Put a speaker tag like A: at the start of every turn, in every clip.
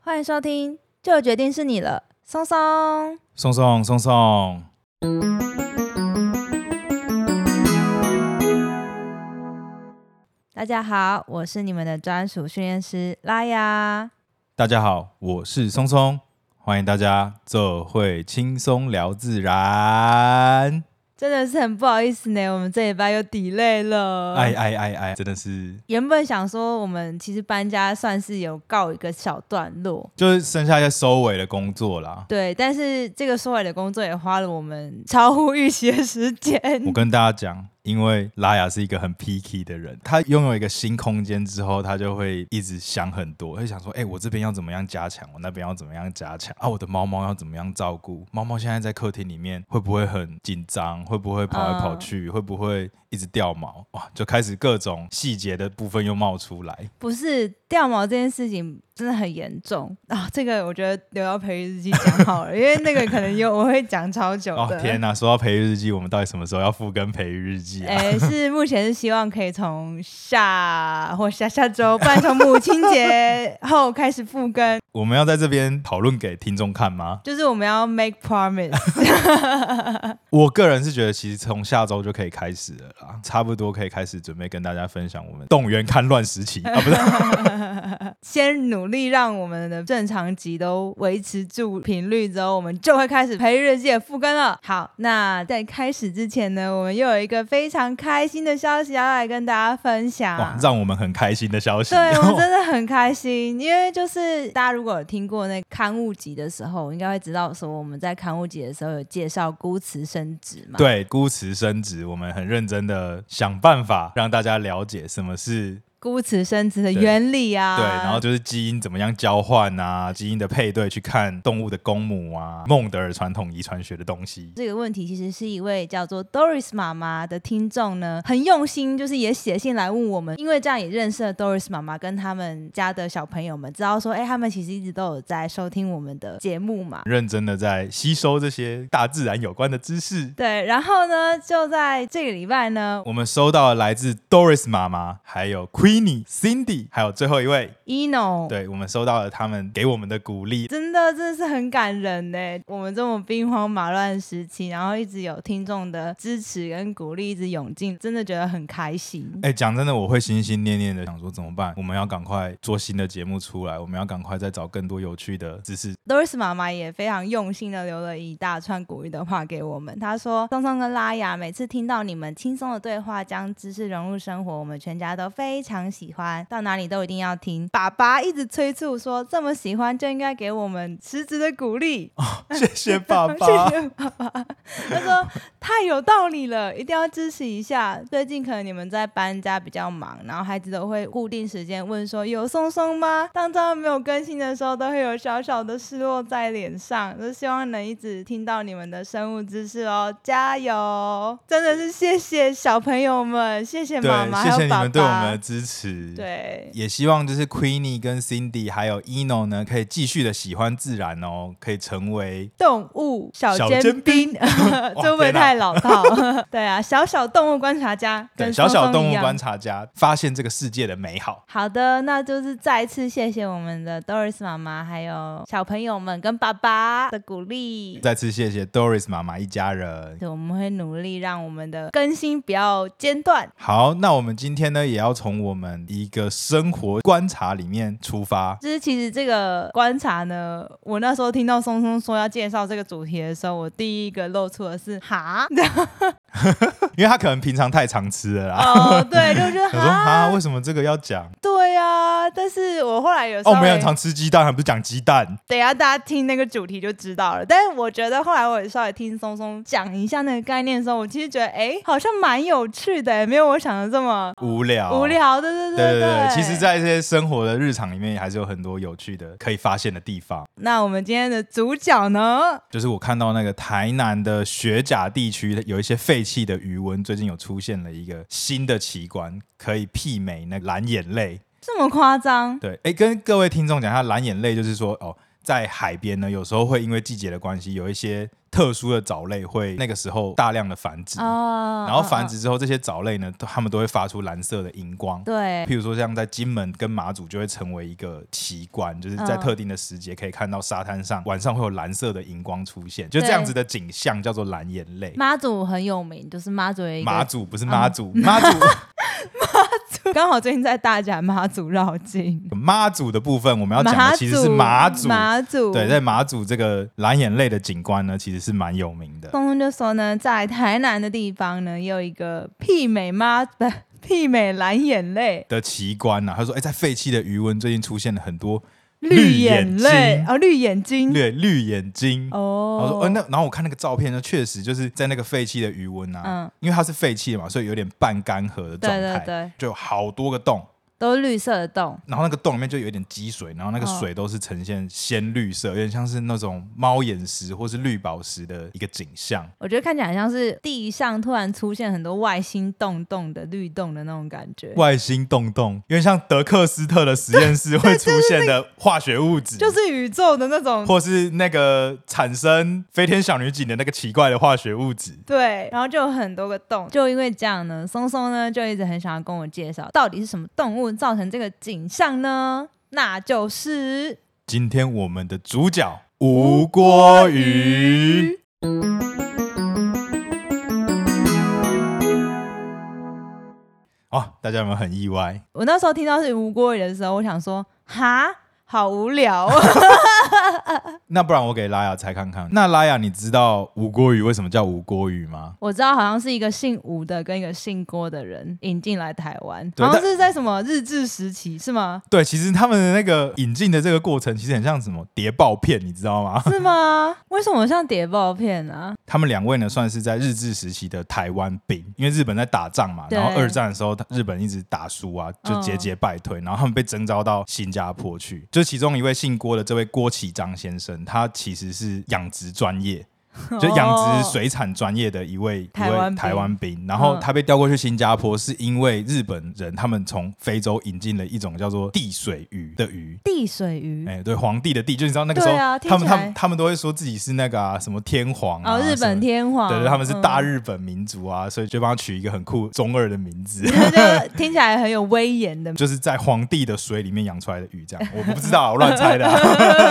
A: 欢迎收听，就决定是你了，松松。
B: 松松松松，
A: 大家好，我是你们的专属训练师拉雅。
B: 大家好，我是松松，欢迎大家这会轻松聊自然。
A: 真的是很不好意思呢，我们这礼拜又 delay 了。
B: 哎哎哎哎，真的是，
A: 原本想说，我们其实搬家算是有告一个小段落，
B: 就是剩下一些收尾的工作啦。
A: 对，但是这个收尾的工作也花了我们超乎预期的时间。
B: 我跟大家讲，因为拉雅是一个很 picky 的人，他拥有一个新空间之后，他就会一直想很多，会想说，哎、我这边要怎么样加强，我那边要怎么样加强啊，我的猫猫要怎么样照顾？猫猫现在在客厅里面会不会很紧张？会不会跑来跑去？会不会一直掉毛？哇，就开始各种细节的部分又冒出来。
A: 不是掉毛这件事情真的很严重啊！这个我觉得留到培育日记讲好了，因为那个可能有我会讲超久
B: 哦
A: 的。
B: 天哪！说到培育日记，我们到底什么时候要复更培育日记啊？
A: 哎、是目前是希望可以从下或下下周，不然从母亲节后开始复更，
B: 我们要在这边讨论给听众看吗？
A: 就是我们要 make promise。
B: 我个人是觉得，其实从下周就可以开始了啦，差不多可以开始准备跟大家分享我们动员看乱 时期啊，不是
A: 先努力让我们的正常集都维持住频率之后，我们就会开始培育日记的复更了。好，那在开始之前呢，我们又有一个非常开心的消息要来跟大家分享。
B: 哇，让我们很开心的消息。
A: 对我真的很开心，因为就是大家如果有听过那刊物集的时候，应该会知道说我们在刊物集的时候有介绍孤词生殖嘛。
B: 对孤词生殖，我们很认真的想办法让大家了解什么是、
A: 孤词生殖的原理啊，
B: 对，然后就是基因怎么样交换啊，基因的配对去看动物的公母啊，孟德尔传统遗传学的东西。
A: 这个问题其实是一位叫做 Doris 妈妈的听众呢，很用心，就是也写信来问我们，因为这样也认识了 Doris 妈妈跟他们家的小朋友们，知道说，哎，他们其实一直都有在收听我们的节目嘛。
B: 认真的在吸收这些大自然有关的知识，
A: 对，然后呢，就在这个礼拜呢，
B: 我们收到了来自 Doris 妈妈，还有 Queenie、Cindy，还有最后一位
A: Eno
B: 对我们收到了他们给我们的鼓励，
A: 真的真的是很感人呢。我们这么兵荒马乱的时期，然后一直有听众的支持跟鼓励，一直涌进，真的觉得很开心。
B: 哎、讲真的，我会心心念念的想说怎么办？我们要赶快做新的节目出来，我们要赶快再找更多有趣的知 识。
A: Doris 妈妈也非常用心的留了一大串鼓励的话给我们。她说：“松松跟拉雅每次听到你们轻松的对话，将知识融入生活，我们全家都非常喜欢，到哪里都一定要听。”爸爸一直催促说：“这么喜欢就应该给我们实质的鼓励。”
B: 谢谢爸爸。
A: 谢谢爸爸。他说太有道理了，一定要支持一下。最近可能你们在搬家比较忙，然后孩子都会固定时间问说有松松吗？当他们没有更新的时候，都会有小小的失落在脸上。就希望能一直听到你们的生物知识哦，加油！真的是谢谢小朋友们，谢谢妈妈，
B: 对，谢谢
A: 还有
B: 你
A: 爸
B: 们对我们
A: 爸
B: 的。支持。。
A: 对，
B: 也希望就是 Queenie 跟 Cindy 还有 Eno 呢，可以继续的喜欢自然哦，可以成为
A: 动物小
B: 小
A: 尖
B: 尖
A: 兵，
B: 哇
A: 这会不会
B: 天哪
A: 太老套？ 对啊，小小动物观察家，
B: 对
A: 跟
B: 小
A: 松
B: 小
A: 松
B: 动
A: 一
B: 物
A: 样
B: 观察家，发现这个世界的美好。
A: 好的，那就是再次谢谢我们的 Doris 妈妈，还有小朋友们跟爸爸的鼓励。
B: 再次谢谢 Doris 妈妈一家人。
A: 对，我们会努力让我们的更新不要间断。
B: 好，那我们今天呢，也要从我们一个生活观察里面出 发。
A: 就是其实这个观察呢，我那时候听到松松说要介绍这个主题的时候，我第一个露出的是 哈，
B: 因为他可能平常太常吃了啦。
A: 哦，对，就觉得
B: 我说哈，
A: 哈，
B: 为什么这个要讲？
A: 对啊。但是我后来有稍
B: 哦，
A: 微，
B: 我们很常吃鸡蛋，还不是讲鸡蛋？
A: 等一下大家听那个主题就知道了。但是我觉得后来我也稍微听松松讲一下那个概念的时候，我其实觉得哎、诶好像蛮有趣的、没有我想的这么
B: 无聊，
A: 无。聊。对对
B: 对
A: 对
B: 对对，其实，在这些生活的日常里面，还是有很多有趣的可以发现的地方。
A: 那我们今天的主角呢，
B: 就是我看到那个台南的学甲地区有一些废弃的鱼温，最近有出现了一个新的奇观，可以媲美那个蓝眼泪。
A: 这么夸张？
B: 对，哎，跟各位听众讲一下，蓝眼泪就是说，哦，在海边呢，有时候会因为季节的关系，有一些特殊的藻类会那个时候大量的繁殖，
A: 哦，
B: 然后繁
A: 嗯，
B: 殖之后，这些藻类呢，都它们都会发出蓝色的荧光
A: 嗯。对，
B: 譬如说，像在金门跟马祖就会成为一个奇观，就是在
A: 嗯
B: 特定的时节可以看到沙滩上晚上会有蓝色的荧光出现，就这
A: 对
B: 样子的景象叫做蓝眼泪。
A: 妈祖很有名，就是妈祖嗯的一
B: 马
A: 个，
B: 祖不是妈祖，妈祖
A: 刚好最近在大甲妈祖绕境，
B: 妈祖的部分我们要讲
A: 马
B: 的
A: 祖
B: 其实是马祖。
A: 马祖
B: 对，在马祖这个蓝眼泪的景观呢，其实是蛮有名的。
A: 东东就说呢，在台南的地方呢，也有一个媲美妈不媲美蓝眼泪
B: 的奇观呐、啊，他说：“哎、在废弃的余温最近出现了很多绿
A: 绿
B: 眼
A: 眼
B: 睛
A: 泪哦，绿眼睛
B: 绿绿眼睛。
A: 哦，
B: 然后说：“呃，那然后我看那个照片呢，确实就是在那个废弃的余温啊，
A: 嗯
B: 因为它是废弃的嘛，所以有点半干涸的状
A: 对
B: 态，
A: 对对，
B: 就有好多个洞，
A: 都是绿色的洞，
B: 然后那个洞里面就有点积水，然后那个
A: 哦
B: 水都是呈现鲜绿色，有点像是那种猫眼石或是绿宝石的一个景象。
A: 我觉得看起来很像是地上突然出现很多外星洞洞的绿洞的那种感觉，
B: 外星洞洞，有点像德克斯特的实验室会出现的化学物质，
A: 就是宇宙的那种。
B: 或是那个产生飞天小女警的那个奇怪的化学物质。
A: 对，然后就有很多个洞，就因为这样呢，松松呢就一直很想要跟我介绍，到底是什么动物造成这个景象呢？那就是
B: 今天我们的主角吴郭鱼，哦，大家有没有很意外？
A: 我那时候听到是吴郭宇的时候，我想说，哈，好无聊啊！
B: 那不然我给拉雅猜看看。那拉雅，你知道吴郭鱼为什么叫吴郭鱼吗？
A: 我知道好像是一个姓吴的跟一个姓郭的人引进来台湾，
B: 对
A: 好像
B: 但
A: 是在什么日治时期是 吗？
B: 对，其实他们的那个引进的这个过程，其实很像什么谍报片，你知道吗？
A: 是吗？为什么像谍报片啊？
B: 他们两位呢，算是在日治时期的台湾兵，因为日本在打仗嘛，
A: 对嗯
B: 然后二战的时候，他日本一直打输啊，就节节败退，然后他们被征召到新加坡去。就其中一位姓郭的这位郭启章先生，他其实是养殖专业， 就养殖
A: 哦
B: 水产专业的一位一
A: 台
B: 位
A: 湾兵
B: 台湾兵。然后他被调过去新加坡，是因为日本人他们从非洲引进了一种叫做地水鱼的鱼。
A: 地水鱼。
B: 哎、对，皇帝的帝，就你知道那个时候，
A: 对啊听
B: 他们
A: 起
B: 他
A: 来
B: 们他们都会说自己是那个、啊、什么天皇啊，
A: 哦，日
B: 什么
A: 本天皇，嗯
B: 对对，他们是大
A: 日，，
B: 日本民族啊，所以就帮他取一个很酷中二的名字。
A: 就听起来很有威严的
B: 就是在皇帝的水里面养出来的鱼，这样我不知道啊，我乱猜的啊、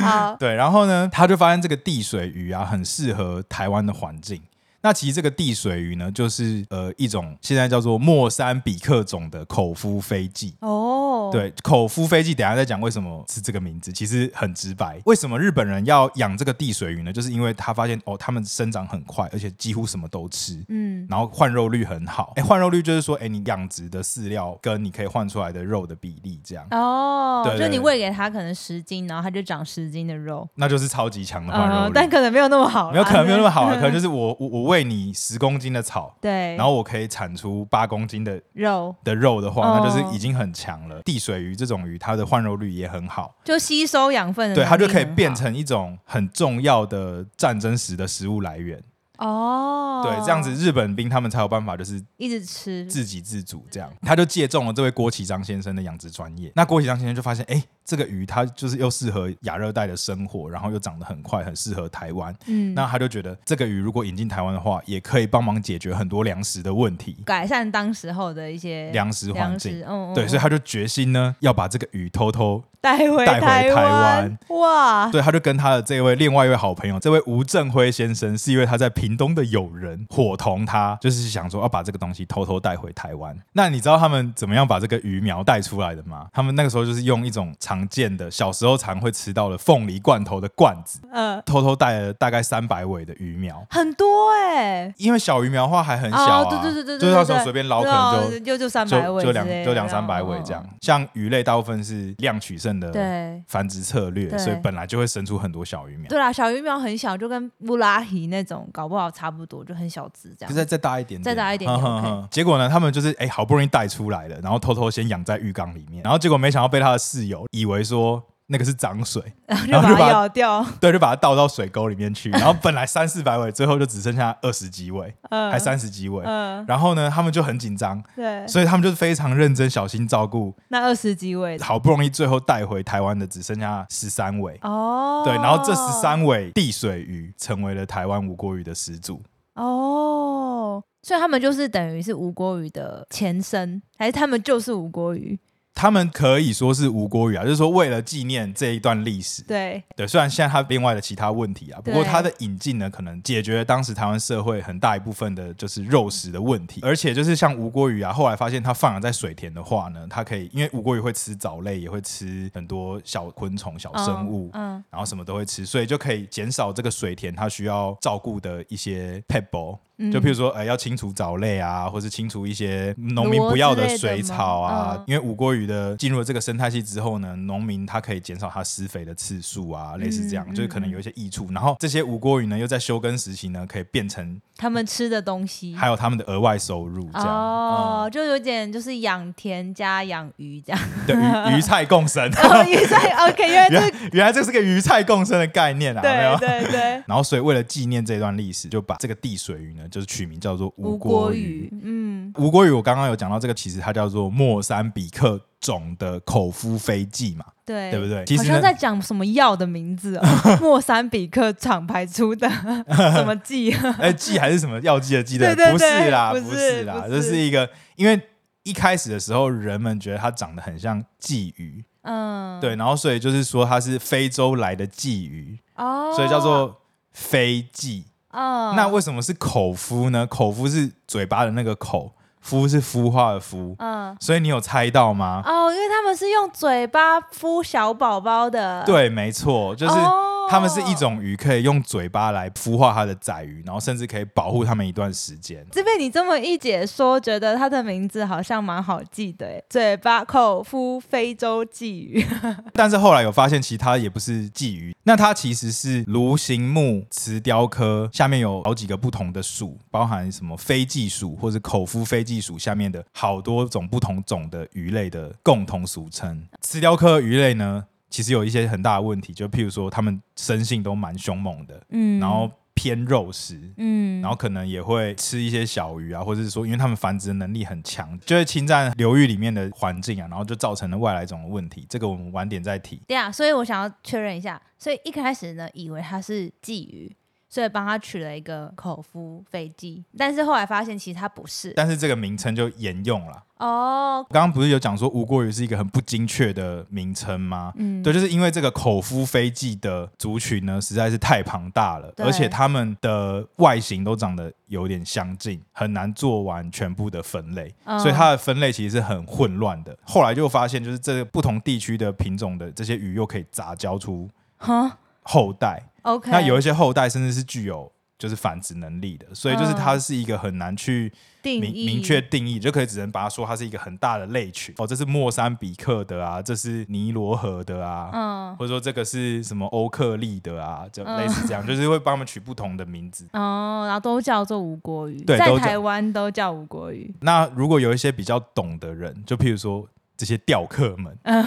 A: 好，
B: 对，然后呢，他就发现这个地水鱼啊，很适合台湾的环境。那其实这个地水鱼呢，就是呃一种现在叫做莫桑比克种的口夫飞鲫。
A: 哦，，
B: 对，口夫飞鲫，等一下再讲为什么是这个名字，其实很直白。为什么日本人要养这个地水鱼呢？就是因为他发现哦，他们生长很快，而且几乎什么都吃。
A: 嗯，
B: 然后换肉率很好。哎，换肉率就是说，哎，你养殖的饲料跟你可以换出来的肉的比例，这样，
A: 哦
B: 对，对
A: 就你
B: 对
A: 喂给他可能十斤，然后他就长十斤的肉，
B: 那就是超级强的换肉
A: 呃，
B: 率。
A: 但可能没有那么好啦，
B: 没有可能没有那么 好啊，可能就是我我我喂你十公斤的草，
A: 对，
B: 然后我可以产出八公斤的
A: 肉
B: 的肉的话，那就是
A: 哦
B: 已经很强了。地水鱼这种鱼，它的换肉率也很好，
A: 就吸收养分的能
B: 对
A: 力
B: 它
A: 很好，
B: 就可以变成一种很重要的战争时的食物来源。
A: 哦，
B: 对，这样子日本兵他们才有办法就是
A: 一直吃，
B: 自给自足，这样他就借重了这位郭启章先生的养殖专业。那郭启章先生就发现，哎、这个鱼它就是又适合亚热带的生活，然后又长得很快，很适合台湾。
A: 嗯，
B: 那他就觉得这个鱼如果引进台湾的话，也可以帮忙解决很多粮食的问题，
A: 改善当时候的一些
B: 粮食环
A: 粮
B: 境。
A: 食，嗯，嗯
B: 对，所以
A: 嗯
B: 他就决心呢要把这个鱼偷偷，
A: 带回
B: 带回台
A: 湾，哇，
B: 对，他就跟他的这位另外一位好朋友，这位吴正辉先生，是因为他在屏东的友人伙同他，就是想说要啊把这个东西偷偷带回台湾。那你知道他们怎么样把这个鱼苗带出来的吗？他们那个时候就是用一种常见的小时候常会吃到的凤梨罐头的罐子，
A: 呃，
B: 偷偷带了大概三百尾的鱼苗。
A: 很多哎、
B: 因为小鱼苗的话还很小啊，
A: 哦、对对对对对，
B: 就是到时候
A: 对
B: 随便捞，可
A: 对
B: 能
A: 哦
B: 就
A: 就就三百
B: 就
A: 尾
B: 就
A: 之
B: 两
A: 类的，
B: 就两三百尾这样。像鱼类大部分是量取胜的
A: 嗯。对
B: 繁殖策略，
A: 对
B: 所以本来就会生出很多小鱼苗。
A: 对啦，小鱼苗很小，就跟布拉提那种搞不好差不多，就很小只这样。
B: 就再再大一点点，
A: 再大一点点
B: 哼哼
A: OK
B: 哼结果呢，他们就是哎、好不容易带出来了，然后偷偷先养在浴缸里面，然后结果没想到被他的室友以为说。那个是脏水，
A: 然后就
B: 然
A: 把
B: 后就把
A: 它咬掉，
B: 对，就把它倒到水沟里 面去。然后本来三四百尾，最后就只剩下二十几尾，
A: 嗯，
B: 还三十几尾。
A: 嗯，
B: 然后呢，他们就很紧张，
A: 对，
B: 所以他们就非常认真、小心照顾，
A: 那二十几位的
B: 好不容易最后带回台湾的只剩下十三尾。
A: 哦，
B: 对，然后这十三尾地水鱼成为了台湾无锅鱼的始祖。
A: 哦，所以他们就是等于是吴锅鱼的前身，还是他们就是吴锅鱼？
B: 他们可以说是无锅鱼啊，就是说为了纪念这一段历史，
A: 对，
B: 对，虽然现在它另外的其他问题啊，不过
A: 对
B: 它的引进呢，可能解决了当时台湾社会很大一部分的就是肉食的问题，而且就是像吴锅鱼啊，后来发现它放养在水田的话呢，它可以因为吴锅鱼会吃藻类，也会吃很多小昆虫、小哦生物。
A: 嗯，
B: 然后什么都会吃，所以就可以减少这个水田它需要照顾的一些 pebble，、
A: 嗯
B: 就譬如说呃要清除藻类啊，或是清除一些农民
A: 螺
B: 不要的
A: 之类的
B: 水草啊，
A: 吗嗯
B: 因为五锅鱼的进入了这个生态系之后呢，农民他可以减少他施肥的次数啊，类似这样，
A: 嗯
B: 就是可能有一些益处。然后这些五锅鱼呢，又在休耕时期呢，可以变成
A: 他们吃的东西。
B: 还有他们的额外收入这样，
A: 嗯
B: 嗯
A: 哦，就有点就是养田加养鱼这样。
B: 对鱼鱼菜 共生。
A: 哦，鱼在 OK，原来
B: 原
A: 这
B: 来原来这是个鱼菜共生的概念啊，没有
A: 对对对，
B: 然后，所以为了纪念这段历史，就把这个地水鱼呢，就是取名叫做
A: 吴
B: 吴
A: 锅
B: 锅
A: 鱼
B: 鱼。，
A: 嗯，
B: 吴锅鱼，我刚刚有讲到这个，其实它叫做莫桑比克种的口夫飞蓟嘛，
A: 对，
B: 对不对？其
A: 哎好
B: 实呢
A: 像，在讲什么药的名字哦，莫桑比克厂牌出的 什么剂？
B: 哎，蓟还是什么药剂的剂对，
A: 对对
B: 不是啦，
A: 对
B: 不
A: 不是
B: 是啦，
A: 不是
B: 这是一个，因为一开始的时候，人们觉得它长得很像鲫鱼，
A: 嗯，
B: 对，然后所以就是说它是非洲来的鲫鱼，
A: 哦，
B: 所以叫做飞蓟。
A: 哦，
B: 那为什么是口夫呢？口夫是嘴巴的那个口，夫是孵化的夫，
A: 嗯。
B: 所以你有猜到吗？
A: 哦，因为他们是用嘴巴孵小宝宝的，，
B: 对，没错，就是
A: 啊哦
B: 它们是一种鱼，可以用嘴巴来孵化它的仔鱼，然后甚至可以保护它们一段时间。
A: 这被你这么一解说，觉得它的名字好像蛮好记的耶，嘴巴口夫非洲鲫鱼。
B: 但是后来有发现，其他也不是鲫鱼，那它其实是芦形目瓷雕科下面有好几个不同的属，包含什么飞鲫属或者口夫飞鲫属下面的好多种不同种的鱼类的共同俗称。瓷雕科鱼类呢，其实有一些很大的问题，就譬如说它们生性都蛮凶猛的，
A: 嗯
B: 然后偏肉食，
A: 嗯
B: 然后可能也会吃一些小鱼啊，或者是说，因为它们繁殖能力很强，就会侵占流域里面的环境啊，然后就造成了外来种的问题。这个我们晚点再提。
A: 对啊，所以我想要确认一下，所以一开始呢，以为它是鲫鱼，所以帮它取了一个口夫飞鲫，但是后来发现其实它不是
B: 但是这个名称就沿用了。
A: 哦，
B: 刚刚不是有讲说无锅鱼是一个很不精确的名称吗？
A: 嗯，
B: 对，就是因为这个口夫飞鲫的族群呢，实在是太庞大了，
A: 对
B: 而且它们的外形都长得有点相近，很难做完全部的分类，
A: 嗯
B: 所以它的分类其实是很混乱的。后来就发现，就是这个不同地区的品种的这些鱼又可以杂交出
A: 哈
B: 后代，
A: ，OK，
B: 那有一些后代甚至是具有。就是繁殖能力的，所以就是
A: 嗯
B: 它是一个很难去
A: 定
B: 明
A: 义
B: 明确定义，就可以只能把它说它是一个很大的类群。哦，这是莫桑比克的啊，这是尼罗河的啊，
A: 嗯
B: 或者说这个是什么欧克利的啊，就
A: 嗯
B: 类似这样，就是会帮他们取不同的名字。
A: 哦，然后都叫做吴国鱼，
B: 对
A: 在
B: 都叫
A: 台湾都叫吴国 鱼，
B: 那如果有一些比较懂的人，就譬如说这些钓客们，
A: 嗯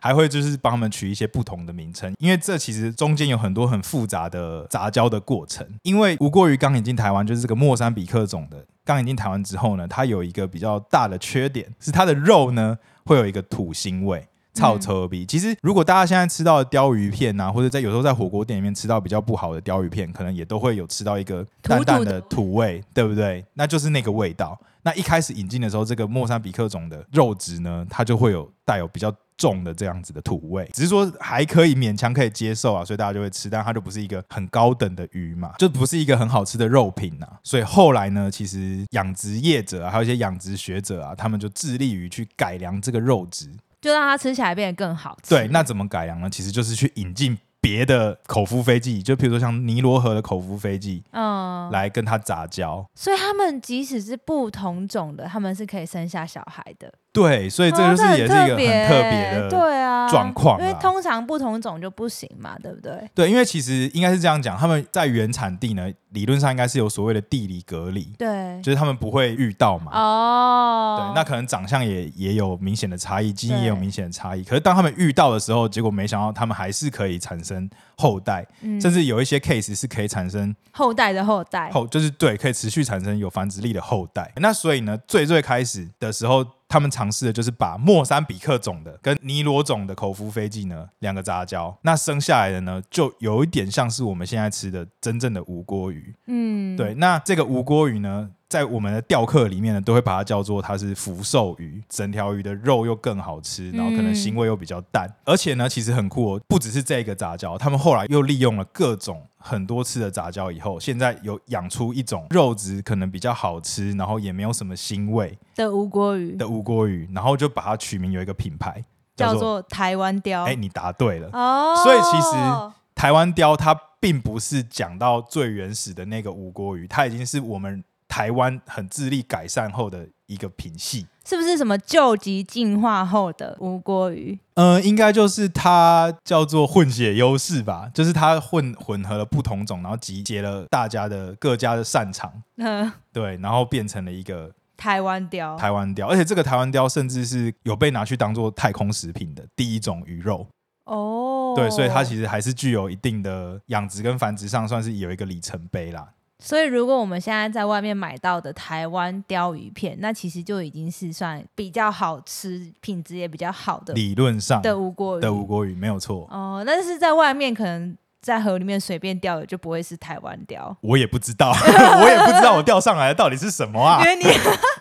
B: 还会就是帮他们取一些不同的名称，因为这其实中间有很多很复杂的杂交的过程。因为无过于刚引进台湾，就是这个莫桑比克种的刚引进台湾之后呢，它有一个比较大的缺点是它的肉呢会有一个土腥味。臭臭味。其实如果大家现在吃到的鲷鱼片啊，或者在有时候在火锅店里面吃到比较不好的鲷鱼片，可能也都会有吃到一个淡淡的土味，对不对？那就是那个味道。那一开始引进的时候，这个莫桑比克种的肉质呢，它就会有带有比较重的这样子的土味，只是说还可以勉强可以接受啊，所以大家就会吃，但它就不是一个很高等的鱼嘛，就不是一个很好吃的肉品啊。所以后来呢，其实养殖业者、啊、还有一些养殖学者啊，他们就致力于去改良这个肉质，
A: 就让它吃起来变得更好吃。
B: 对，那怎么改良呢？其实就是去引进别的口服飞剂，就比如说像尼罗河的口服飞剂
A: 嗯，
B: 来跟它杂交。
A: 所以他们即使是不同种的，他们是可以生下小孩的。
B: 对，所以这
A: 哦
B: 个就是
A: 很
B: 也是一个
A: 特
B: 很
A: 别
B: 特别的。
A: 对啊
B: 状况
A: 因为
B: 啦
A: 通常不同种就不行嘛，对不对？
B: 对，因为其实应该是这样讲，他们在原产地呢，理论上应该是有所谓的地理隔离，
A: 对，
B: 就是他们不会遇到嘛。
A: 哦
B: 对，，那可能长相也也有明显的差异，基因
A: 对
B: 也有明显的差异。可是当他们遇到的时候，结果没想到他们还是可以产生后代，
A: 嗯
B: 甚至有一些 case 是可以产生
A: 后代的后代，
B: 后，就是对，可以持续产生有繁殖力的后代。那所以呢，最最开始的时候，他们尝试的就是把莫桑比克种的跟尼罗种的口服飞剂呢两个杂交，那生下来的呢，就有一点像是我们现在吃的真正的无锅鱼。
A: 嗯，
B: 对，那这个无锅鱼呢，在我们的钓客里面呢，都会把它叫做它是福寿鱼，整条鱼的肉又更好吃，然后可能
A: 嗯
B: 腥味又比较淡，而且呢，其实很酷哦，不只是这个杂交，他们后来又利用了各种。很多次的杂交以后，现在有养出一种肉质可能比较好吃，然后也没有什么腥味
A: 的吴国鱼
B: 的无锅鱼，然后就把它取名有一个品牌
A: 叫
B: 做
A: 做台湾雕，
B: “哎、你答对了”
A: 哦，
B: 所以其实台湾雕它并不是讲到最原始的那个吴锅鱼，它已经是我们台湾很致力改善后的一个品系。
A: 是不是什么救急进化后的吴国鱼？
B: 呃，应该就是它叫做混血优势吧，就是它混混合了不同种，然后集结了大家的各家的擅长，
A: 嗯，
B: 对，然后变成了一个
A: 台湾雕，
B: 台湾雕，而且这个台湾雕甚至是有被拿去当做太空食品的第一种鱼肉，
A: 哦，
B: 对，所以它其实还是具有一定的养殖跟繁殖上算是有一个里程碑啦，
A: 所以如果我们现在在外面买到的台湾鲷鱼片，那其实就已经是算比较好吃、品质也比较好的
B: 理论上
A: 的无国鱼
B: 的吴国语没有错，
A: 哦，但是在外面可能在河里面随便钓的就不会是台湾鲷。
B: 我也不 知道， 我也不知道我钓上来的到底是什么啊
A: 因。为 你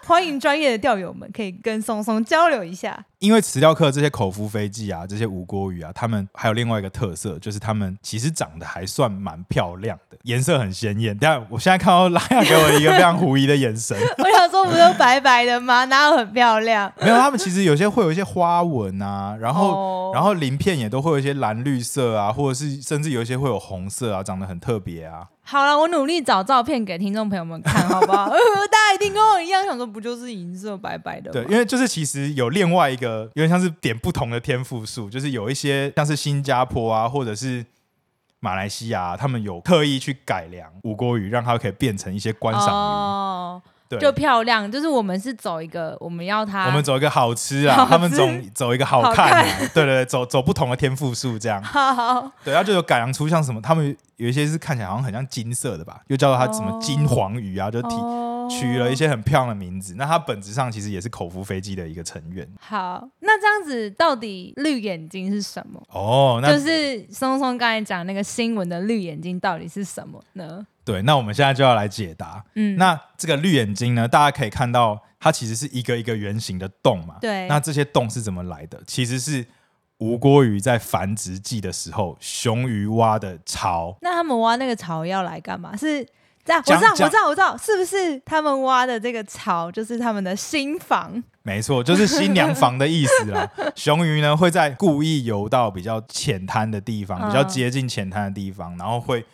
A: 欢迎专业的钓友们可以跟松松交流一下，
B: 因为池钓客这些口服飞机啊，这些吴国鱼啊，他们还有另外一个特色，就是他们其实长得还算蛮漂亮的，颜色很鲜艳。但我现在看到拉雅给我一个非常狐疑的 眼神，
A: 我想说不都白白的吗？哪有很漂亮？
B: 没有，他们其实有些会有一些花纹啊，然后、
A: 哦
B: 然后鳞片也都会有一些蓝绿色啊，或者是甚至有一些会有红色啊，长得很特别啊。
A: 好了，我努力找照片给听众朋友们看，好不 好？呃大家一定跟我一样想说，不就是银色白白的
B: 对，
A: 吗？
B: 因为就是其实有另外一个有点像是点不同的天赋数，就是有一些像是新加坡啊，或者是马来西亚啊、他们有特意去改良吴锅鱼，让它可以变成一些观赏鱼。
A: 哦，
B: 对，
A: 就漂亮，就是我们是走一个，我们要它，
B: 我们走一个好吃啊，
A: 好吃。
B: 他们走走一个好看、啊，对对对，走走不同的天赋数这 样
A: 好
B: 对，然后就有改良出像什么，他们有一些是看起来好像很像金色的吧，又叫它什么
A: 哦
B: 金黄鱼啊，就提、
A: 哦
B: 取了一些很漂亮的名字。那它本质上其实也是口服飞机的一个成员。
A: 好。那这样子到底绿眼睛是什么？
B: 哦，那
A: 就是松松刚才讲那个新闻的绿眼睛到底是什么呢？
B: 对，那我们现在就要来解答。
A: 嗯，
B: 那这个绿眼睛呢，大家可以看到，它其实是一个一个圆形的洞嘛。
A: 对
B: 啊那这些洞是怎么来的？其实是吴郭鱼在繁殖季的时候，雄鱼蛙的巢。
A: 那他们挖那个巢要来干嘛？是这样，我
B: 讲
A: 知道，我
B: 讲
A: 知道，我知道，是不是他们挖的这个巢就是他们的新房？
B: 没错，就是新娘房的意思 啦。雄鱼呢会在故意游到比较浅滩的地方，比较
A: 嗯
B: 接近浅滩的地方，然后会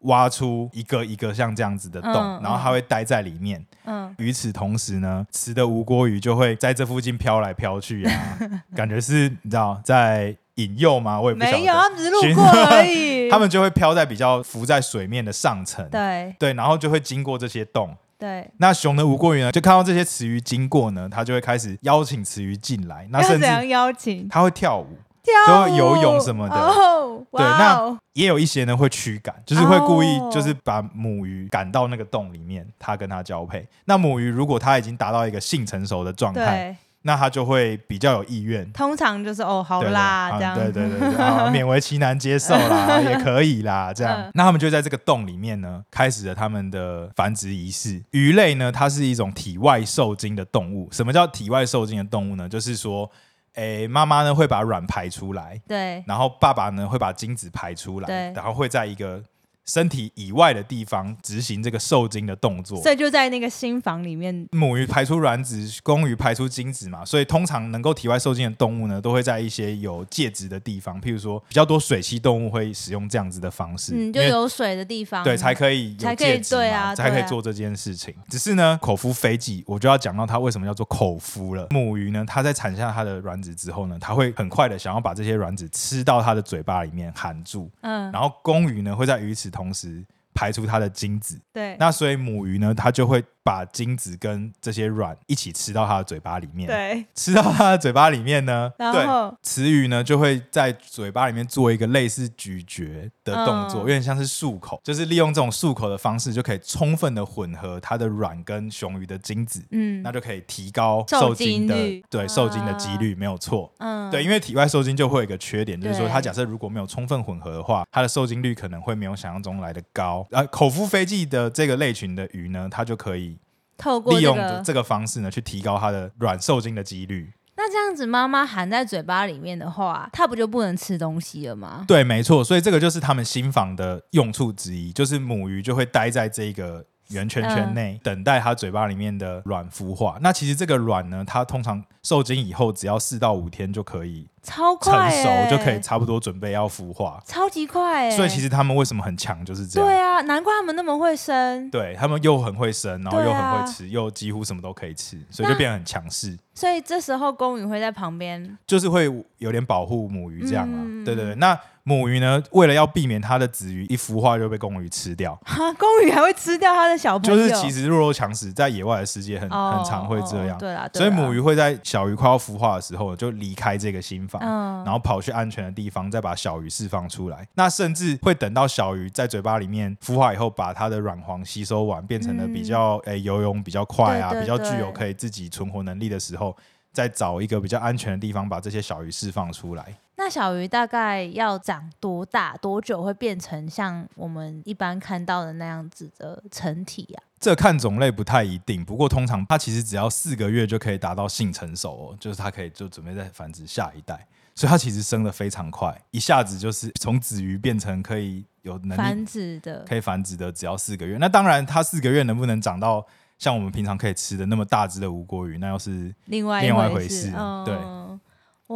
B: 挖出一个一个像这样子的洞，
A: 嗯
B: 然后它会待在里面。
A: 嗯，
B: 与此同时呢，雌的无锅鱼就会在这附近飘来飘去 啊，感觉是你知道在引诱吗？我也不晓
A: 没有，啊他
B: 得。。
A: 们只是路过而已
B: 它们就会飘在比较浮在水面的上层，
A: 对
B: 对，然后就会经过这些洞。
A: 对，
B: 那熊的无锅鱼呢，就看到这些雌鱼经过呢，它就会开始邀请雌鱼进来，那
A: 要怎
B: 甚至
A: 样邀请？
B: 它会跳舞，
A: 跳舞
B: 就会游泳什么的
A: 哦，
B: 对
A: 哇哦，
B: 也有一些呢会驱赶，就是会故意
A: 哦
B: 就是把母鱼赶到那个洞里面，它跟它交配。那母鱼如果它已经达到一个性成熟的状态，
A: 对，
B: 那他就会比较有意愿。
A: 通常就是哦，好
B: 对对
A: 啦，
B: 啊
A: 这样，
B: 对对对对，啊， 勉为其难接 受啦，也可以啦，这样
A: 嗯。
B: 那他们就在这个洞里面呢，开始了他们的繁殖仪式。鱼类呢，它是一种体外受精的动物。什么叫体外受精的动物呢？就是说，诶，妈妈呢会把卵排出来，
A: 对
B: 然后爸爸呢会把精子排出来
A: 对，
B: 然后会在一个身体以外的地方执行这个受精的动作。
A: 所以就在那个新房里面，
B: 母鱼排出卵子，公鱼排出精子嘛，所以通常能够体外受精的动物呢，都会在一些有介质的地方，譬如说比较多水栖动物会使用这样子的方式，
A: 嗯，就
B: 因为
A: 有水的地方，
B: 对，才可以有
A: 才可以
B: 介质
A: 对
B: 嘛
A: 啊
B: 才可以
A: 对啊
B: 做这件事情。只是呢，口服飞剂，我就要讲到它为什么叫做口服了。母鱼呢，它在产下它的卵子之后呢，它会很快的想要把这些卵子吃到它的嘴巴里面含住，
A: 嗯，
B: 然后公鱼呢会在与此同时排出它的精子。
A: 对，
B: 那所以母鱼呢，它就会把精子跟这些卵一起吃到它的嘴巴里面。，
A: 对，
B: 吃到它的嘴巴里面呢，
A: 然
B: 对，
A: 后
B: 雌鱼呢就会在嘴巴里面做一个类似咀嚼的动作，
A: 嗯
B: 有点像是漱口，就是利用这种漱口的方式，就可以充分的混合它的卵跟雄鱼的精子，
A: 嗯
B: 那就可以提高
A: 受
B: 受
A: 精
B: 精的
A: 率啊
B: 对受精的几率，没有错。
A: 嗯，
B: 对，因为体外受精就会有一个缺点，就是说
A: 对
B: 它假设如果没有充分混合的话，它的受精率可能会没有想象中来的高。呃，口服飞剂的这个类群的鱼呢，它就可以
A: 透过
B: 利
A: 这
B: 用着
A: 个，
B: 这个方式呢，去提高它的卵受精的几率。
A: 那这样子妈妈含在嘴巴里面的话，它不就不能吃东西了吗？
B: 对，没错，所以这个就是他们新房的用处之一，就是母鱼就会待在这个。圆圈
A: 嗯
B: 圈内、等待它嘴巴里面的卵孵化。那其实这个卵呢，它通常受精以后只要四到五天就可以
A: 超
B: 成
A: 快、
B: 熟，
A: 欸，
B: 就可以差不多准备要孵化。
A: 超级快、欸，
B: 所以其实他们为什么很强就是这样。
A: 对啊，难怪他们那么会生。
B: 对他们又很会生，然后
A: 对
B: 又
A: 啊
B: 很会吃，又几乎什么都可以吃，所以就
A: 那
B: 变得很强势，
A: 所以这时候公鱼会在旁边，
B: 就是会有点保护母鱼这样啊。
A: 嗯
B: 对对对，那母鱼呢，为了要避免它的子鱼一孵化就被公鱼吃掉，
A: 哈，公鱼还会吃掉它的小朋
B: 就
A: 友，
B: 是其实弱肉强食在野外的世界很、
A: 哦
B: 很常会这样
A: 哦。对啦，对
B: 所以
A: 啦
B: 母鱼，会在小鱼快要孵化的时候就离开这个新房，
A: 嗯，
B: 然后跑去安全的地方，再把小鱼释放出来。那甚至会等到小鱼在嘴巴里面孵化以后，把它的卵黄吸收完，变成了比较诶、游泳比较快啊，
A: 嗯对对
B: 比较具有
A: 对
B: 可以自己存活能力的时候，再找一个比较安全的地方把这些小鱼释放出来。
A: 那小鱼大概要长多大，多久会变成像我们一般看到的那样子的成体啊呀、
B: 这看种类不太一定，不过通常它其实只要四个月就可以达到性成熟哦，就是它可以就准备再繁殖下一代，所以它其实生的非常快，一下子就是从子鱼变成可以有能力
A: 繁殖的？
B: 可以繁殖的只要四个月。那当然，它四个月能不能长到像我们平常可以吃的那么大只的无锅鱼，那又是
A: 另外
B: 另外一
A: 回
B: 回事
A: 嗯、对，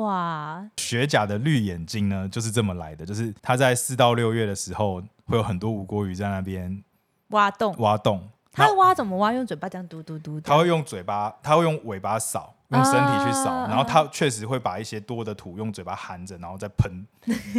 A: 哇，
B: 学甲的绿眼睛呢，就是这么来的。就是它在四到六月的时候，会有很多无锅鱼在那边
A: 挖洞，
B: 挖洞，
A: 它
B: 那
A: 挖怎么挖？用嘴巴这样嘟嘟嘟的，
B: 它会用嘴巴，它会用尾巴扫。用身体去扫，
A: 啊
B: 然后它确实会把一些多的土用嘴巴含着，然后再喷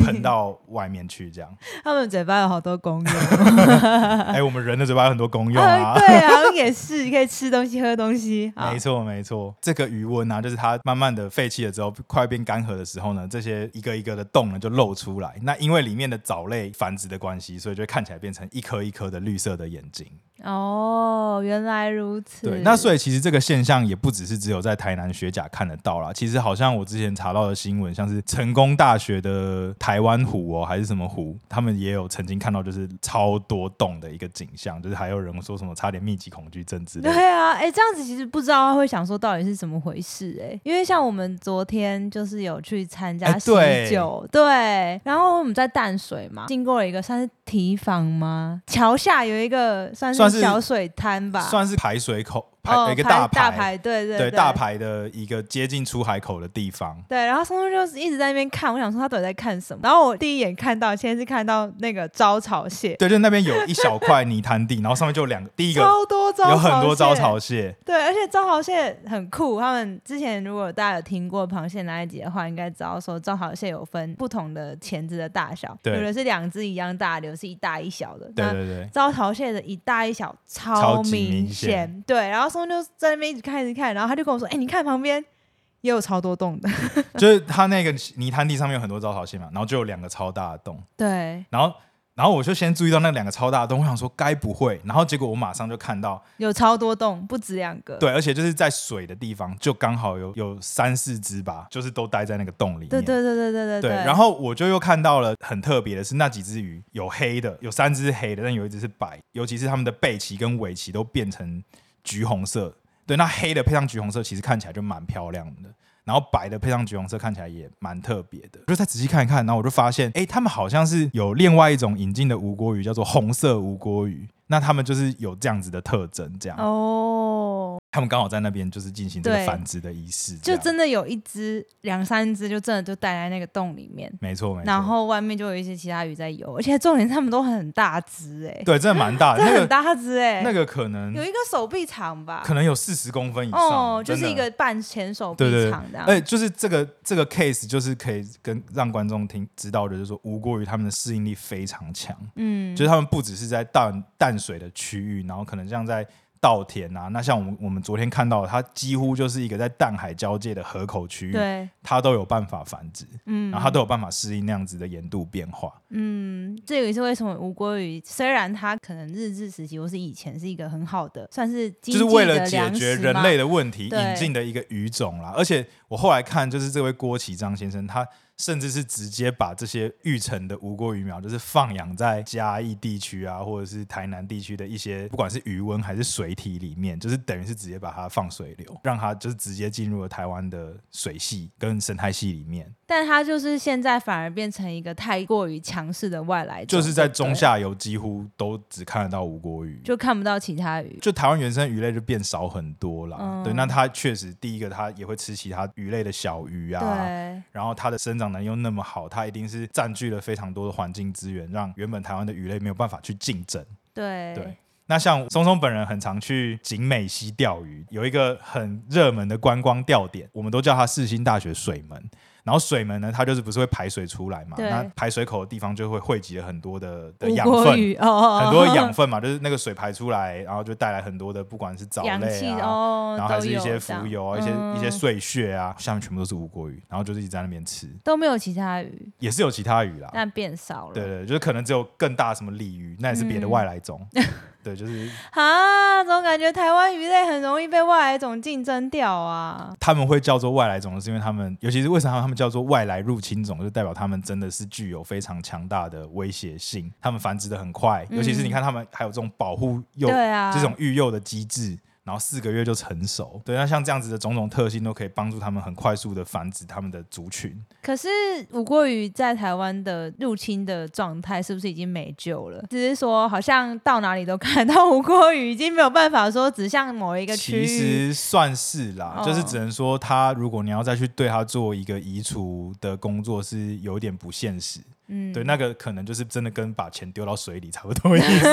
B: 喷到外面去，这样。
A: 他们嘴巴有好多功用，
B: 哎、我们人的嘴 巴有很多功用啊。
A: 对啊， 也是可以吃东西、喝东西，啊好
B: 没错，没错，这个余温啊，就是它慢慢的废弃了之后，快变干涸的时候呢，这些一个一个的洞呢就露出来。那因为里面的藻类繁殖的关系，所以就会看起来变成一颗一颗的绿色的眼睛。
A: 哦，原来如此。
B: 对，那所以其实这个现象也不只是只有在台南学甲看得到啦。其实好像我之前查到的新闻，像是成功大学的台湾湖哦，还是什么湖，他们也有曾经看到就是超多洞的一个景象，就是还有人说什么差点密集恐惧症之类的。
A: 对啊，哎、这样子其实不知道他会想说到底是怎么回事哎、因为像我们昨天就是有去参加
B: 哎
A: 喜
B: 对
A: 酒，对然后我们在淡水嘛，经过了一个算是堤防吗？桥下有一个算
B: 算
A: 是
B: 是
A: 小水滩吧，
B: 算是排水口排、
A: 哦
B: 一个
A: 排
B: 排，
A: 排，对对
B: 对大。排的一个接近出海口的地方。
A: 对，然后松松就是一直在那边看，我想说他到底在看什么。然后我第一眼看到，先是看到那个招潮蟹，
B: 对，就那边有一小块泥滩 地，然后上面就有两个，第一个
A: 超多招潮蟹，
B: 有很多招潮蟹，
A: 对，而且招潮蟹很酷。他们之前如果大家有听过螃蟹那一集的话，应该知道说招潮蟹有分不同的钳子的大小，有
B: 对
A: 的是两只一样大的，有的是一大一小的。
B: 对
A: 那
B: 对对。
A: 招潮蟹的一大一小超
B: 超级
A: 明
B: 明显
A: 显，对。然后松就在那边一直看一直看，然后他就跟我说：“哎、你看旁边也有超多洞的。
B: 就是它那个泥滩地上面有很多招潮蟹嘛，然后就有两个超大的洞，”
A: 对，
B: 然后然后我就先注意到那两个超大的洞，我想说该不会，然后结果我马上就看到，
A: 有超多洞，不止两个。
B: 对，而且就是在水的地方就刚好有有三四只吧，就是都待在那个洞里面，
A: 对对对对对
B: 对，
A: 对。
B: 然后我就又看到了很特别的是，那几只鱼有黑的，有三只是黑的，但有一只是白，尤其是它们的背鳍跟尾鳍都变成橘红色。对，那黑的配上橘红色，其实看起来就蛮漂亮的。然后白的配上橘红色看起来也蛮特别的。我就再仔细看一看，然后我就发现，哎，他们好像是有另外一种引进的无锅鱼，叫做红色无锅鱼。那他们就是有这样子的特征，这样，
A: 哦，
B: 他们刚好在那边就是进行这个
A: 对
B: 繁殖的仪式，这
A: 就
B: 样
A: 真的有一只、两三只，就真的就待在那个洞里面，
B: 没错没错。
A: 然后外面就有一些其他鱼在游，而且重点是它们都很大只哎、
B: 对，真的蛮大的，
A: 这
B: 那
A: 很
B: 个
A: 大只哎、
B: 那个可能
A: 有一个手臂长吧，
B: 可能有四十公分以上，
A: 哦，就
B: 真
A: 是
B: 的
A: 一个半前手臂
B: 对对对
A: 长这样。
B: 哎、就是这个这个 case 就是可以跟让观众听知道的，就是说无锅鱼他们的适应力非常强，
A: 嗯，
B: 就是他们不只是在淡淡水的区域，然后可能像在稻田啊，那像我们我们昨天看到的，它几乎就是一个在淡海交界的河口区域，
A: 对，
B: 它都有办法繁殖，
A: 嗯，
B: 然后它都有办法适应那样子的盐度变化。
A: 嗯，这也是为什么吴国宇虽然他可能日治时期或是以前是一个很好的，算是经
B: 就是
A: 济
B: 为了
A: 的
B: 解
A: 粮
B: 决
A: 食
B: 人
A: 嘛
B: 类的问题
A: 对
B: 引进的一个语种啦。而且我后来看，就是这位郭启章先生，他甚至是直接把这些育成的无锅鱼苗，就是放养在嘉义地区啊，或者是台南地区的一些，不管是鱼温还是水体里面，就是等于是直接把它放水流，让它就是直接进入了台湾的水系跟生态系里面，
A: 但他就是现在反而变成一个太过于强势的外来种，
B: 就是在
A: 对不对
B: 中下游几乎都只看得到无锅鱼，
A: 就看不到其他鱼。
B: 就台湾原生鱼类就变少很多啦。
A: 嗯
B: 对，那它确实第一个它也会吃其他鱼类的小鱼啊，
A: 对，
B: 然后它的生长能力又那么好，它一定是占据了非常多的环境资源，让原本台湾的鱼类没有办法去竞争。
A: 对，
B: 对。那像松松本人很常去景美溪钓鱼，有一个很热门的观光钓点，我们都叫它世新大学水门。然后水门呢，它就是不是会排水出来嘛？
A: 对
B: 那排水口的地方就会汇集了很多的的
A: 吴
B: 养
A: 国
B: 分，
A: 宇哦哦，哦
B: 很多养分嘛， 就是那个水排出来，然后就带来很多的不管是藻
A: 氧
B: 类
A: 气
B: 啊，
A: 哦，
B: 然后还
A: 都
B: 是一
A: 有
B: 些
A: 这样
B: 浮游啊，一些一些
A: 嗯
B: 碎屑啊，下面全部都是无国鱼，然后就是一直在那边吃，
A: 都没有其他鱼，
B: 也是有其 他鱼啦。
A: 但变少了。
B: 啊对对，就是可能只有更大什么鲤鱼，那也是别的外来种。 对，就是
A: 啊，总感觉台湾鱼类很容易被外来种竞争掉啊。
B: 他们会叫做外来种，是因为他们，尤其是为什么他们叫做外来入侵种，就代表他们真的是具有非常强大的威胁性，他们繁殖的很快，尤其是你看他们还有这种保护幼
A: 嗯对啊，
B: 这种育幼的机制，然后四个月就成熟。对，那像这样子的种种特性都可以帮助他们很快速的繁殖他们的族群。
A: 可是吴郭鱼在台湾的入侵的状态是不是已经没救了？只是说好像到哪里都看得到吴郭鱼，已经没有办法说指向某一个区
B: 其
A: 域。
B: 实算是啦，
A: 哦
B: 就是只能说它如果你要再去对它做一个移除的工作，是有点不现实。
A: 嗯，
B: 对，那个可能就是真的跟把钱丢到水里差不多意思。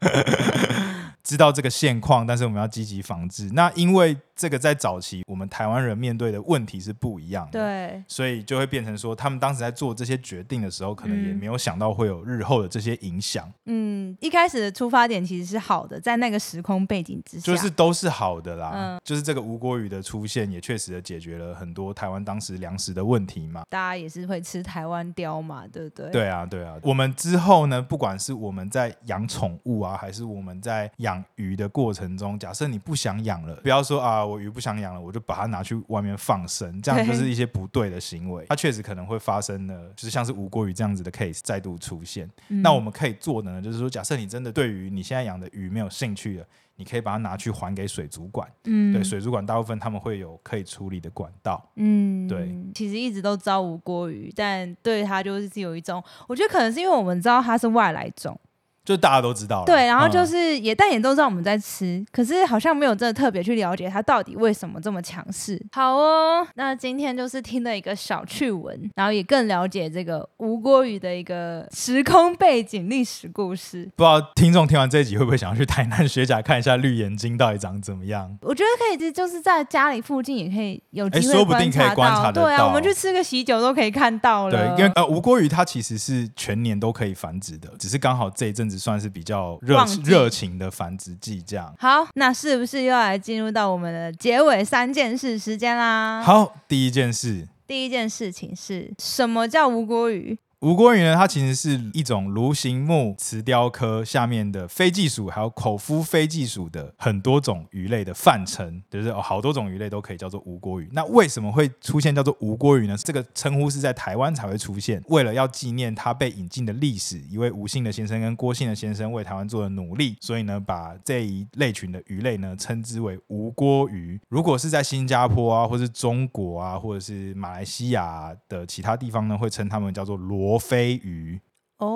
B: 知道这个现况，但是我们要积极防治。那因为这个在早期我们台湾人面对的问题是不一样的，
A: 对
B: 所以就会变成说，他们当时在做这些决定的时候，可能也
A: 嗯
B: 没有想到会有日后的这些影响，
A: 嗯，一开始的出发点其实是好的，在那个时空背景之下，
B: 就是都是好的啦。
A: 嗯
B: 就是这个吴国语的出现，也确实的解决了很多台湾当时粮食的问题嘛。
A: 大家也是会吃台湾雕嘛，对不对？
B: 对啊，对啊。我们之后呢，不管是我们在养宠物啊，还是我们在养鱼的过程中，假设你不想养了，不要说啊，我鱼不想养了，我就把它拿去外面放生，这样
A: 对
B: 就是一些不对的行为。它确实可能会发生呢，就是像是吴国鱼这样子的 case 再度出现。
A: 嗯
B: 那我们可以做的呢，就是说，假设你真的对于你现在养的鱼没有兴趣了，你可以把它拿去还给水族馆。
A: 嗯
B: 对，水族馆大部分他们会有可以处理的管道。
A: 嗯，
B: 对，
A: 其实一直都知道吴郭鱼，但对它就是有一种，我觉得可能是因为我们知道它是外来种。
B: 就大家都知道了，
A: 对，然后
B: 嗯
A: 就是也，但也都知道我们在吃，可是好像没有真的特别去了解它到底为什么这么强势。好哦，那今天就是听了一个小趣闻，然后也更了解这个吴郭语的一个时空背景、历史故事。
B: 不知道听众听完这一集会不会想要去台南学甲看一下绿眼睛到底长怎么样？
A: 我觉得可以，就就是在家里附近也可以有机
B: 哎
A: 会
B: 说不
A: 观
B: 定可以
A: 察到，
B: 观察得
A: 对啊，
B: 到
A: 我们去吃个喜酒都可以看到
B: 对
A: 了。，
B: 因为呃吴郭鱼它其实是全年都可以繁殖的，只是刚好这一阵子算是比较热
A: 旺季
B: 热情的繁殖季这样。
A: 好，那是不是又要来进入到我们的结尾三件事时间啦？，
B: 好，第一件事，
A: 第一件事情是什么叫吴郭语？
B: 吴郭鱼呢，它其实是一种芦形目瓷雕科下面的非寄属，还有口夫非寄属的很多种鱼类的泛称，就是、哦、好多种鱼类都可以叫做吴郭鱼。那为什么会出现叫做吴郭鱼呢？这个称呼是在台湾才会出现，为了要纪念它被引进的历史，一位吴姓的先生跟郭姓的先生为台湾做的努力，所以呢，把这一类群的鱼类呢称之为吴郭鱼。如果是在新加坡啊，或是中国啊，或者是马来西亚的其他地方呢，会称它们叫做罗非鱼。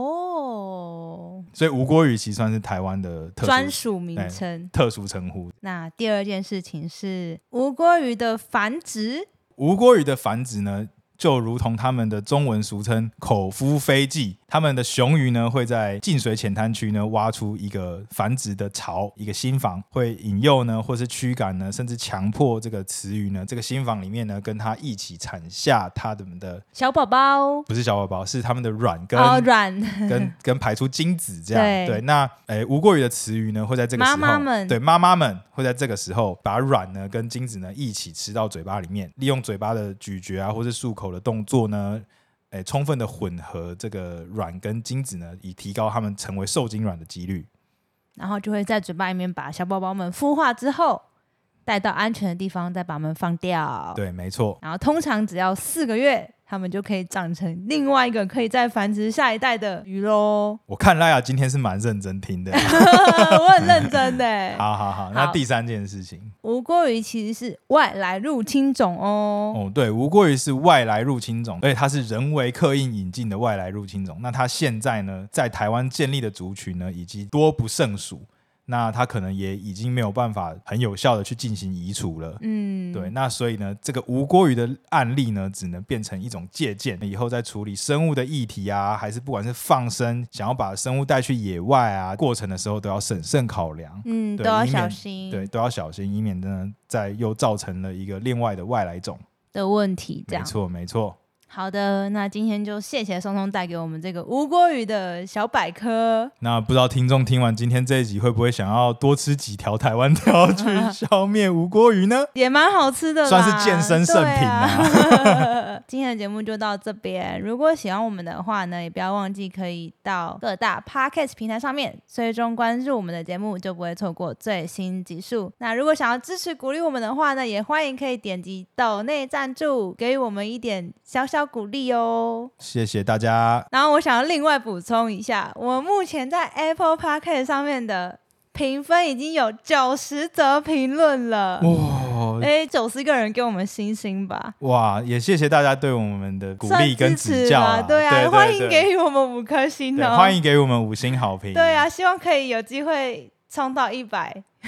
A: 哦，
B: 所以吴郭鱼其实算是台湾的特
A: 专
B: 殊
A: 属名
B: 对
A: 称。
B: 特殊称呼。
A: 那第二件事情是吴郭鱼的繁殖，
B: 吴郭鱼的繁殖呢，就如同他们的中文俗称“口夫飞鲫”，他们的雄鱼呢会在近水浅滩区呢挖出一个繁殖的巢，一个新房，会引诱呢，或是驱赶呢，甚至强迫这个雌鱼呢，这个新房里面呢，跟它一起产下它的的
A: 小宝宝
B: 不是小宝宝，是它们的卵跟、
A: 好软，
B: 跟跟排出精子这样。
A: 嗯对
B: 对，那诶，吴郭鱼的雌鱼呢，会在这个时候，
A: 妈妈们
B: 对妈妈们会在这个时候把卵呢跟精子呢一起吃到嘴巴里面，利用嘴巴的咀嚼啊，或是漱口的动作呢。诶，充分的混合这个卵跟精子呢，以提高它们成为受精卵的几率。
A: 然后就会在嘴巴里面把小宝宝们孵化之后，带到安全的地方，再把它们放掉。
B: 对，没错。。
A: 然后通常只要四个月，它们就可以长成另外一个可以再繁殖下一代的鱼喽
B: 我看拉雅今天是蛮认真 听的。
A: 我很认真的，
B: 好好好，那
A: 好
B: 第三件事情，
A: 吴郭鱼其实是外来入侵种哦。
B: 哦，对，无过于是外来入侵种，而且它是人为刻意引进的外来入侵种。那它现在呢，在台湾建立的族群呢，已经多不胜数。那它可能也已经没有办法很有效的去进行移除了。
A: 嗯，
B: 对，那所以呢，这个无锅鱼的案例呢，只能变成一种借鉴，以后在处理生物的议题啊，还是不管是放生，想要把生物带去野外啊，过程的时候都要审慎考量。
A: 嗯，
B: 对
A: 都要
B: 以免
A: 小心
B: 对，都要小心，以免真的再又造成了一个另外的外来种。
A: 的问题，这
B: 没
A: 样。
B: 错，没错。
A: 好的，那今天就谢谢松松带给我们这个吴郭鱼的小百科。
B: 那不知道听众听完今天这一集，会不会想要多吃几条台湾条去消灭吴郭鱼呢？
A: 也蛮好吃的啦，
B: 算是健身圣品
A: 啊 今天的节目就到这边，如果喜欢我们的话呢，也不要忘记可以到各大 podcast 平台上面追踪关注我们的节目，就不会错过最新集数。那如果想要支持鼓励我们的话呢，也欢迎可以点击抖内赞助，给予我们一点小小鼓励哦。
B: 谢谢大家。
A: 然后我想要另外补充一下，我目前在 Apple Podcast 上面的评分已经有九十则评论了。
B: 哇
A: 哎，九十个人给我们星星吧，
B: 哇，也谢谢大家对我们的鼓励
A: 算
B: 跟
A: 支
B: 指
A: 持
B: 教
A: 吧对啊，
B: 对
A: 欢迎
B: 对
A: 给予我们五颗星
B: 对
A: 哦，
B: 欢迎给我们五星好评。
A: 对，啊，希望可以有机会冲到一 百，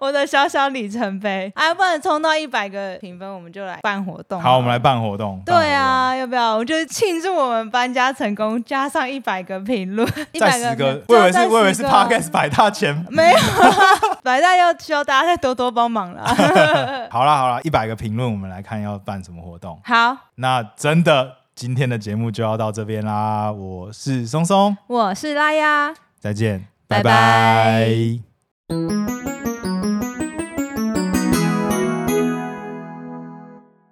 A: 我的小小里程碑，哎，不然冲到一百个评分，我们就来办活动。
B: 好，我们来。办活动。
A: 对啊，要不要？我就庆祝我们搬家成功，加上一百个评论，一
B: 办
A: 百
B: 活动，再十
A: 个
B: 个，我以为
A: 对再
B: 是，我以为
A: 10
B: 是
A: 个
B: Podcast 百 大前。
A: 没有啊，白大要需要大家再多多帮忙了。
B: 好啦好啦，一百个评论，我们来看要办什么活动。
A: 好，
B: 那真的，今天的节目就要到这边啦。我是松松，
A: 我是拉呀。
B: 再见，
A: 拜
B: 拜
A: 拜
B: 拜